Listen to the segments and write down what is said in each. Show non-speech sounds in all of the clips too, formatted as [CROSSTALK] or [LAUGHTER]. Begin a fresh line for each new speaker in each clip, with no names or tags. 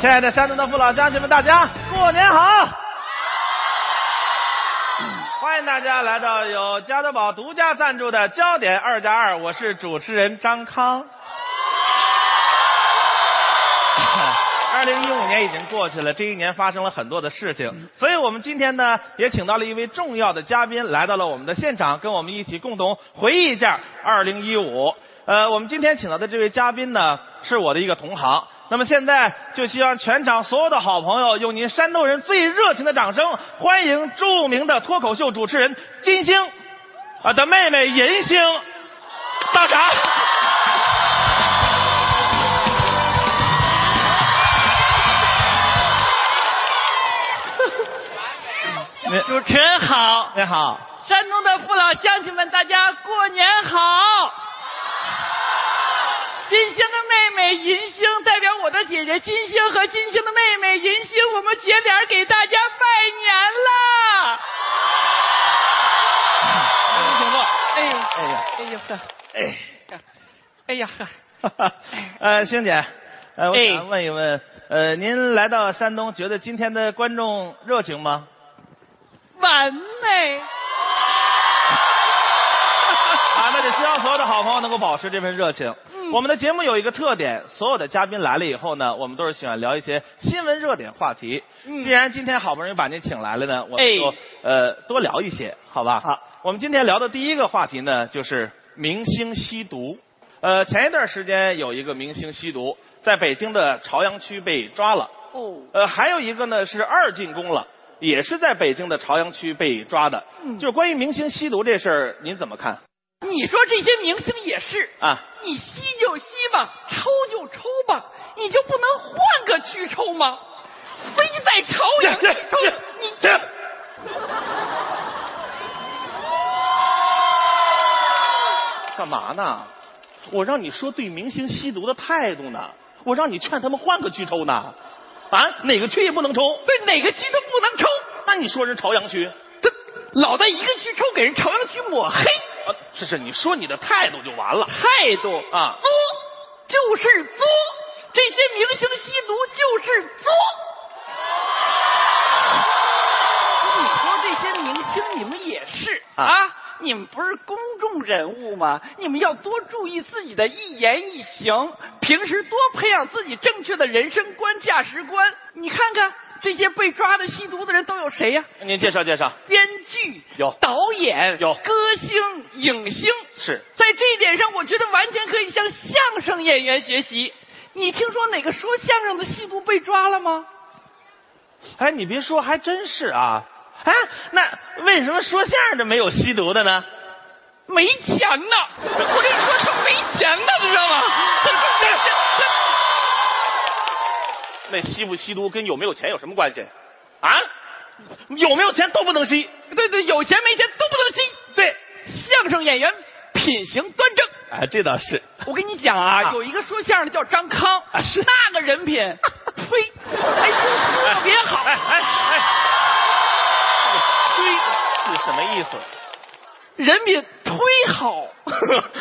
亲爱的山东的父老乡亲们，大家过年好！欢迎大家来到由加多宝独家赞助的《焦点二加二》，我是主持人张康。 [LAUGHS] 二零一五年已经过去了，这一年发生了很多的事情，所以我们今天呢也请到了一位重要的嘉宾来到了我们的现场，跟我们一起共同回忆一下二零一五。呃，我们今天请到的这位嘉宾呢是我的一个同行，那么现在就希望全场所有的好朋友用您山东人最热情的掌声欢迎著名的脱口秀主持人金星啊的妹妹银星到场。
主持人好，
你好，
山东的父老乡亲们，大家过年好！金星的妹妹银星代表我的姐姐金星和金星的妹妹银星，我们姐俩给大家拜年啦！
请坐。哎呀，
哎呀，哎呀
哎。
呵，哎呀呵，
[LAUGHS] 呃，星姐，呃，我
哎
想问一问，呃，您来到山东，觉得今天的观众热情
[LAUGHS]
吗？
完美！
啊，那就希望所有的好朋友能够保持这份热情。
嗯
我们的节目有一个特点，所有的嘉宾来了以后呢，我们都是喜欢聊一些新闻热点话题。
嗯
既然今天好不容易把您请来了呢，我
哎
们就、呃多聊一些，好吧？
好，
我们今天聊的第一个话题呢，就是明星吸毒。呃，前一段时间有一个明星吸毒，在北京的朝阳区被抓了。
哦，
呃，还有一个呢是二进宫了，也是在北京的朝阳区被抓的。
嗯
就是关于明星吸毒这事儿，您怎么看
你说这些明星也是，
啊？
你吸就吸吧，抽就抽吧，你就不能换个区抽吗？非在朝阳区抽，你
这干嘛呢？我让你说对明星吸毒的态度呢，我让你劝他们换个区抽呢，啊，哪个区也不能抽。
对哪个区都不能抽，
那你说人朝阳区，
他老在一个区抽，给人朝阳区抹黑，
啊，是是，你说你的态度就完了
态度
啊
作就是作，这些明星吸毒就是作。你说这些明星，你们也是
啊
啊你们不是公众人物吗？你们要多注意自己的一言一行，平时多培养自己正确的人生观、价值观。你看看这些被抓的吸毒的人都有谁呀、
您介绍介绍，
编剧
有
导演
有
歌星、影星，
是
在这一点上，我觉得完全可以向相声演员学习。你听说哪个说相声的吸毒被抓了吗？
哎，你别说，还真是啊。哎，那为什么说相声的没有吸毒的呢？
没钱呢！我跟你说，他没钱呢，你知道吗？他他他他
那吸不吸毒跟有没有钱有什么关系？啊，有没有钱都不能吸。
对对，有钱没钱都不能吸。
对，
相声演员品行端正。
哎，这倒是。
我跟你讲啊，
啊
有一个说相声的叫张康，
啊是
那个人品，呸，哎呦，特别好。
哎哎哎，推是什么 [LAUGHS] 意思？
人品忒好，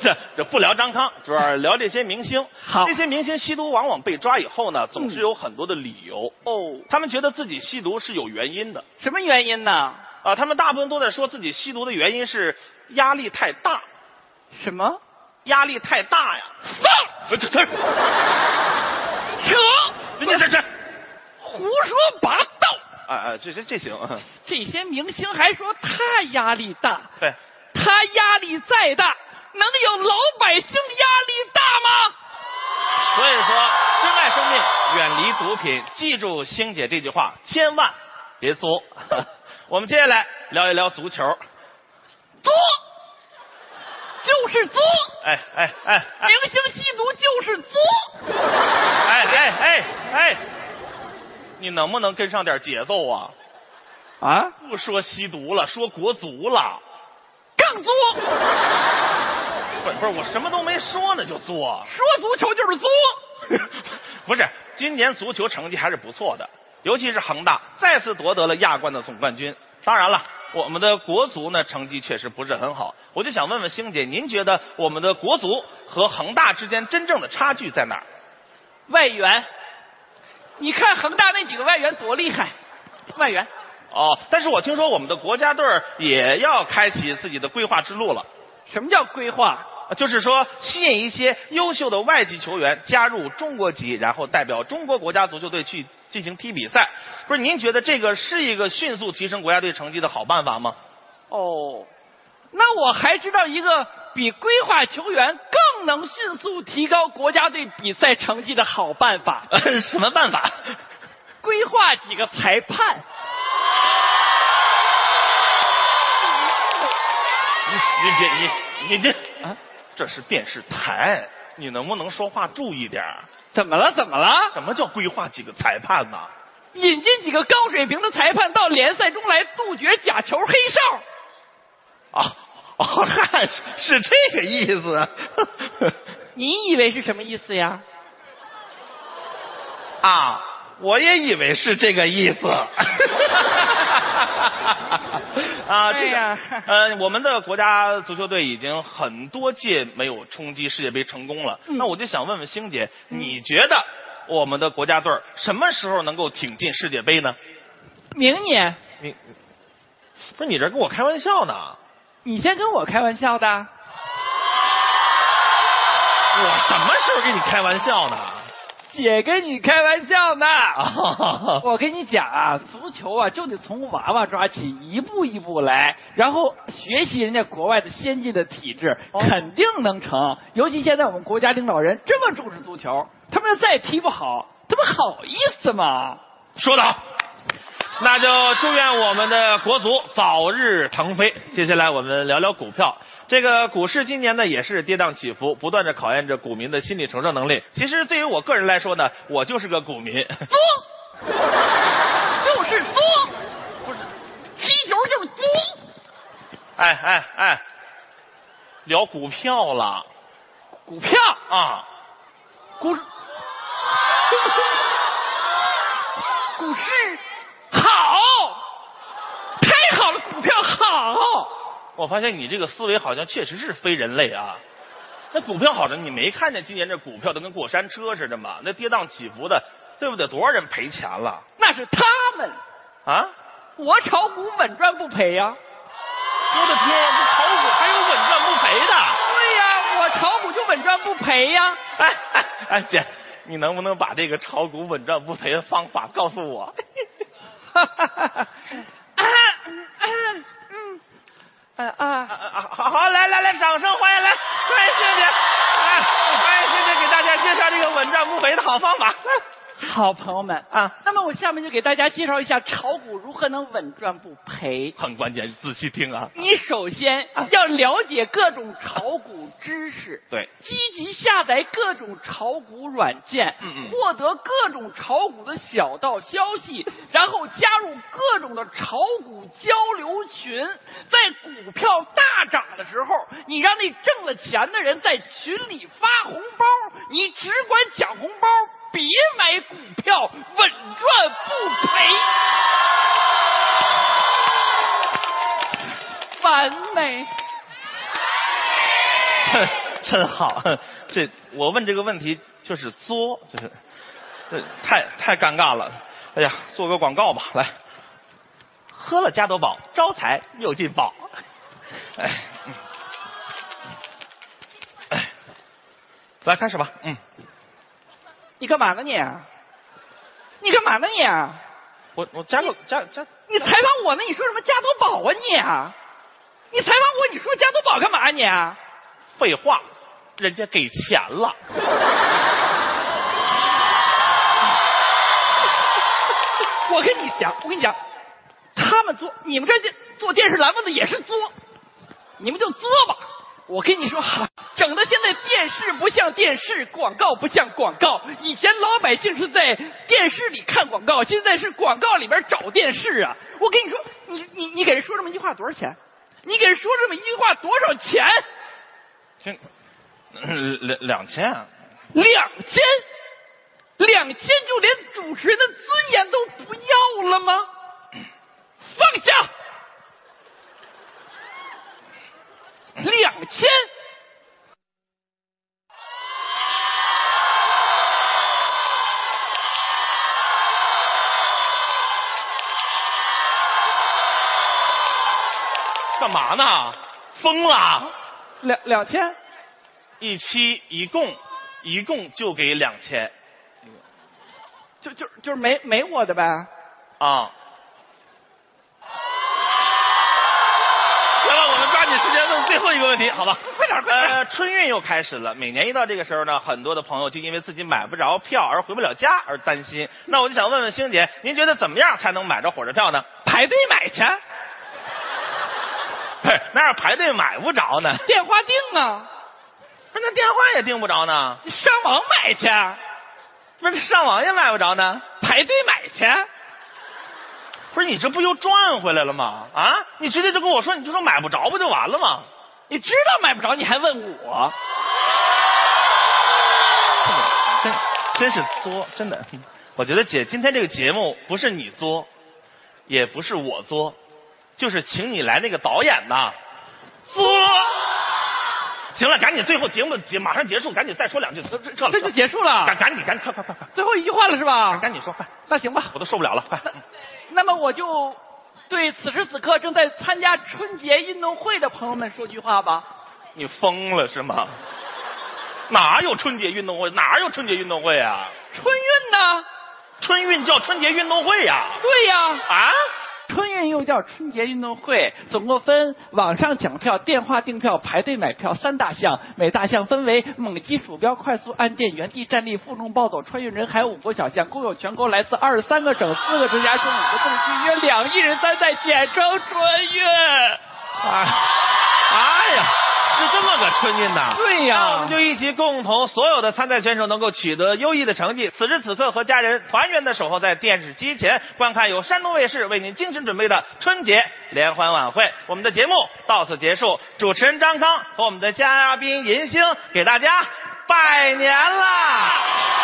这这不聊张康，主要聊这些明星。
好
这些明星吸毒往往被抓以后呢，总是有很多的理由。
哦，
他们觉得自己吸毒是有原因的
什么原因呢？
啊，他们大部分都在说自己吸毒的原因是压力太大，
什么？
压力太大呀。
放
呃这这，
扯，
这这这，
胡说八道！
啊啊，这这这 [LAUGHS] 行，
这些明星还说他压力大，
对，
他压力再大，能有老百姓压力大吗？
所以说，珍爱生命，远离毒品，记住星姐这句话，千万别作。 [LAUGHS] 我们接下来聊一聊足球。
作，就是作，
哎哎哎哎
明星吸毒就是作。
哎哎哎哎，你能不能跟上点节奏啊？
啊，
不说吸毒了，说国足了。
更作，
不是不是，我什么都没说呢就作。
说足球就是 [LAUGHS] 作。
[LAUGHS] 不是，今年足球成绩还是不错的，尤其是恒大再次夺得了亚冠的总冠军。当然了，我们的国足呢成绩确实不是很好。我就想问问星姐，您觉得我们的国足和恒大之间真正的差距在哪儿？
外援，你看恒大那几个外援多厉害，外援。
哦，但是我听说我们的国家队儿也要开启自己的规划之路了，
什么叫规划？
就是说吸引一些优秀的外籍球员加入中国籍，然后代表中国国家足球队去进行踢比赛。不是您觉得这个是一个迅速提升国家队成绩的好办法吗？ [LAUGHS]
哦，那我还知道一个比规划球员更能迅速提高国家队比赛成绩的好办法：
呃，什么办法？
规划几个裁判。
你你别你你这啊，这是电视台，你能不能说话注意点儿？
怎么了？怎么了？
什么叫规划几个裁判呢？
引进几个高水平的裁判到联赛中来杜绝假球黑哨。
啊哦， [LAUGHS] 嗨，是是这个意思
你以为是什么意思呀？
啊！我也以为是这个意 [LAUGHS] 思。啊，这
哎
个、
呀
呃，我们的国家足球队已经很多届没有冲击世界杯成功了。
嗯
那我就想问问星姐，你觉得我们的国家队儿什么时候能够挺进世界杯呢？
明年
你不是你这跟我开玩笑呢？
你先跟我开玩笑的。
我什么时候跟你开玩笑呢？
姐跟你开玩笑 [LAUGHS] 呢。
啊，
我跟你讲啊，足球啊就得从娃娃抓起，一步一步来，然后学习人家国外的先进的体制，
哦
肯定能成。尤其现在我们国家领导人这么重视足球，他们要再踢不好，他们好意思吗？
说得好，那就祝愿我们的国足早日腾飞。接下来我们聊聊股票。这个股市今年呢也是跌宕起伏，不断的考验着股民的心理承受能力。其实对于我个人来说呢，我就是个股民。 [LAUGHS]
作， [LAUGHS] 就是作，不是踢球就是作。
哎哎哎，聊股票了
股票，
啊！
[LAUGHS] 股，股市好，太好了，股票好。
我发现你这个思维好像确实是非人类啊。那股票好着，你没看见今年这股票都跟过山车似的吗？那跌宕起伏的，对不对？多少人赔钱了
那是他们，
啊？
我炒股稳赚不赔呀、
我的天，这炒股还有稳赚不赔的？
对呀、我炒股就稳赚不赔呀、 [LAUGHS]
哎哎哎，姐，你能不能把这个炒股稳赚不赔的方法告诉我？
哈哈哈哈啊嗯嗯嗯呃啊
[LAUGHS] 啊啊好好，来来来，掌声欢迎来，欢迎谢谢，哎，欢迎谢谢给大家介绍这个稳赚不赔的好方法。
好朋友们
啊
啊，那么我下面就给大家介绍一下炒股如何能稳赚不
[LAUGHS]
赔。
很关键，仔细听啊。
你首先要了解各种炒股知识，
对，
积极下载各种炒股软件，
嗯嗯
获得各种炒股的小道消
[LAUGHS]
息，然后加入各种的炒股交流群，在股票大涨的时候，你让那挣了钱的人在群里发红包，你只管抢红包，别买股票，稳赚不
[LAUGHS]
赔，完美。
真 [LAUGHS] 真好，这我问这个问题就是作，就是，这太太尴尬了。哎呀，做个广告吧，来，喝了加多宝，招财又进宝。 [LAUGHS] 哎，嗯哎，来开始吧，嗯，
你干嘛呢你？啊你干嘛呢你？啊
我我加个加加，
你采访我呢？你说什么加多宝啊你你采访我，你说加多宝干嘛啊你？
废话，人家给钱了。
我跟你讲，我跟你讲，他们做你们这些做电视栏目的也是作，你们就作吧。我跟你说，哈，整的现在电视不像电视，广告不像广告。以前老百姓是在电视里看广告，现在是广告里边找电视啊。我跟你说，你你你给人说这么一句话多少钱？你给人说这么一句话多少钱？
这嗯两两千啊，
两千，两千就连主持人的尊严都不要了吗？放下！两千，
嘛呢？疯了！
两两千，
一期一共一共就给两千
就就就是没没我的呗。
啊。来吧，我们抓紧时间问最后一个问题，好吧？
快点快点
呃，春运又开始了，每年一到这个时候呢，很多的朋友就因为自己买不着票而回不了家而担心。那我就想问问星姐，您觉得怎么样才能买着火车票呢？
排队买
[LAUGHS]
去，
嘿那样排队买不着呢，
电话订啊，
那电话也订不着呢，
上网买去，
不是上网也买不着呢。
排队买去。
不是你这不又赚回来了吗？啊，你直接就跟我说，你就说买不着不就完了吗？
你知道买不着，你还问我？
真真是作，真的。我觉得姐今天这个节目不是你作，也不是我作，就是请你来那个导演呐，作。行了，赶紧，最后节目结马上结束，赶紧再说两句，这这撤了，
这就结束了
赶赶紧赶紧快快快快，
最后一句话了是吧？
赶紧说快，
那行吧，
我都受不了了，快。
[LAUGHS] 那么我就对此时此刻正在参加春节运动会的朋友们说句话吧。
你疯了是吗？ [LAUGHS] 哪有春节运动会？哪有春节运动会啊？
春运呢？
春运叫春节运动会呀、
对呀、
啊？
春运又叫春节运动会，总共分网上抢票、电话订票、排队买票三大项，每大项分为猛击鼠标、快速按键、原地站立、负重暴走、穿越人海五个小项，共有全国来自二十三个省、四个直辖市、五个自治区约两亿人参赛，简称春运。
啊！哎呀，是这么个春运呐！
对呀
那我们就一起共同，所有的参赛选手能够取得优异的成绩。此时此刻，和家人团圆的守候在电视机前，观看由山东卫视为您精心准备的春节联欢晚会。我们的节目到此结束，主持人张康和我们的嘉宾银星给大家拜年啦！